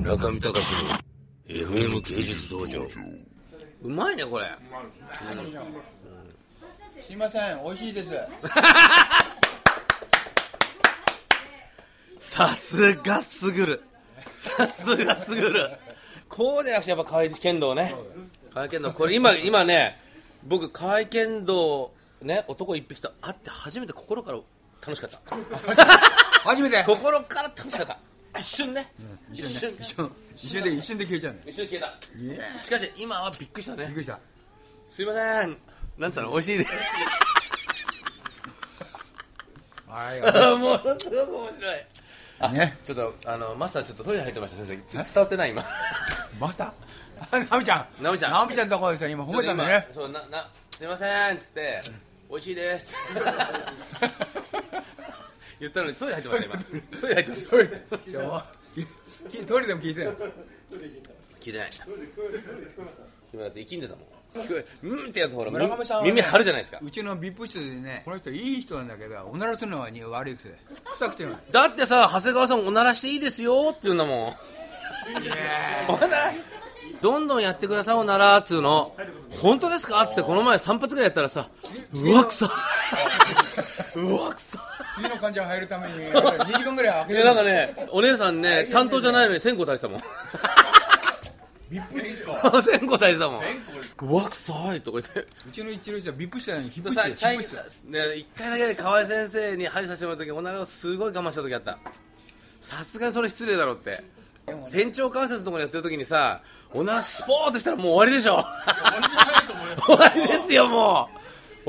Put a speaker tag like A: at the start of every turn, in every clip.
A: 中見隆の FM 芸術道場うまいねこれ
B: すいません美味しいです
A: さすがすぐるさすがすぐるこうじゃなくてやっぱ河合剣道ね河合剣道これ 今今ね僕河合剣道ね男一匹と会って初めて心から楽しかった
B: 初めて
A: 心から楽しかった一瞬ね、一瞬一瞬
B: 一瞬で一瞬で消えちゃうね
A: 一瞬消え
B: いや
A: たしかし今はびっくりした
B: びっ
A: ね
B: くりした
A: すいませんなんつったの美味しいです
B: はい
A: ものすごく面白いあ
B: ね
A: ちょっとあのマスターちょっとトイレ入ってました先生つ伝わってない今
B: マスターナミちゃん
A: ナミちゃん
B: ナミちゃんのとこですよ今褒めたんだね
A: ちょっと今そうななすいませんっつって美味しいですって言ったのにトイレ入ってました今トイレ入ってました
B: ちょきトイレでも 聞いてよ
A: 聞いてない今だって息んでたもん聞こえうんってやったほら
B: 村上さんはね
A: 耳張るじゃないですか
B: うちの VIP 室でねこの人いい人なんだけどおならするのはに悪い癖臭くてない
A: だってさ長谷川さんおならしていいですよって言うんだもんおならどんどんやってくださいおならっつうの本当ですかっつってこの前3発ぐらいやったらさうわくさうわくさ
B: 次の患者が入るために2時間ぐらい
A: い
B: 開け
A: や
B: て
A: なんかねお姉さんね担当じゃないのに線香炊いてたもん
B: VIP 室
A: 線香炊いてたもんうわくさいとか言って
B: うちの一郎師は VIP 室なのに VIP
A: さ
B: 室だ
A: 最
B: よ
A: 近
B: VIP
A: さ
B: 室だ
A: ね一回だけで河合先生に針させてもらった時おならをすごい我慢した時あったさすがにそれ失礼だろって仙腸関節のところやってる時にさおならスポーッとしたらもう終わりでしょ 終わりですよもう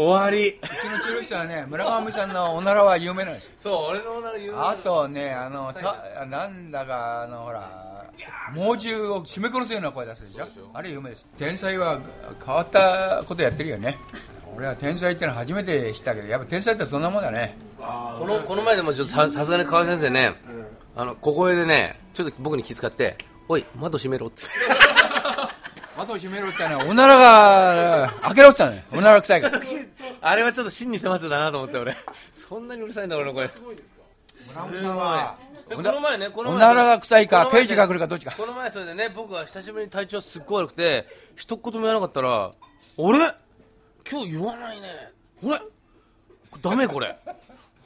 A: 終わり
B: うちの一郎師はね村上さんのおならは有名なんですよ
A: そう俺のおなら言う
B: あとねあのたなんだかあのほら猛獣を締め殺すような声出すでしょあれ有名です天才は変わったことやってるよね俺は天才ってのは初めて知ったけどやっぱ天才ってそんなもんだね
A: このこの前でもちょっとささすがに河合先生ね、あの小声でねちょっと僕に気遣って「おい窓閉め ろ」って
B: 窓を閉めろってねおならが開けろって言ったのよおなら臭いから
A: あれはちょっと真に迫ってたなと思って俺そんなにうるさいんだ俺の声でこの前ねこの前
B: おならが臭いか
A: この前ね
B: 刑事が来るかどっちか
A: この前それでね僕は久しぶりに体調すっごい悪くて一言も言わなかったら「あれ今日言わないねあれダメこれ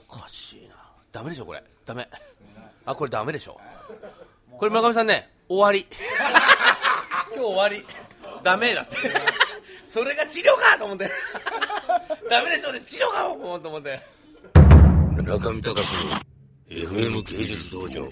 A: おかしいなダメでしょこれダメあこれダメでしょこれ村上さんね終わり今日終わりダメだってそれが治療かと思ってダメでしょ俺治療かもと思って中見隆の FM 芸術道場